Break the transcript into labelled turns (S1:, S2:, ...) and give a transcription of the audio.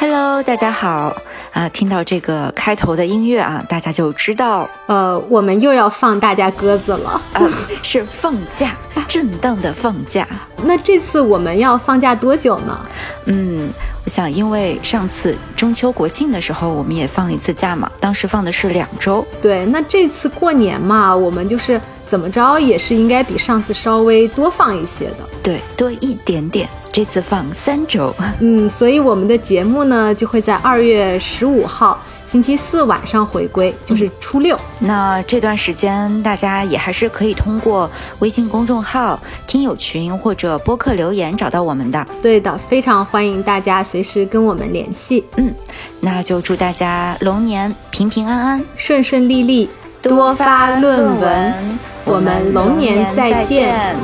S1: Hello，大家好啊！听到这个开头的音乐啊，大家就知道
S2: 呃，我们又要放大家鸽子了。
S1: 啊是放假，震荡的放假。
S2: 那这次我们要放假多久呢？
S1: 嗯，我想因为上次中秋国庆的时候，我们也放了一次假嘛，当时放的是两周。
S2: 对，那这次过年嘛，我们就是怎么着也是应该比上次稍微多放一些的。
S1: 对，多一点点。这次放三周，
S2: 嗯，所以我们的节目呢就会在二月十五号星期四晚上回归，就是初六。
S1: 那这段时间大家也还是可以通过微信公众号、听友群或者播客留言找到我们的。
S2: 对的，非常欢迎大家随时跟我们联系，
S1: 嗯，那就祝大家龙年平平安安，
S2: 顺顺利利，多发论文。我们龙年再见。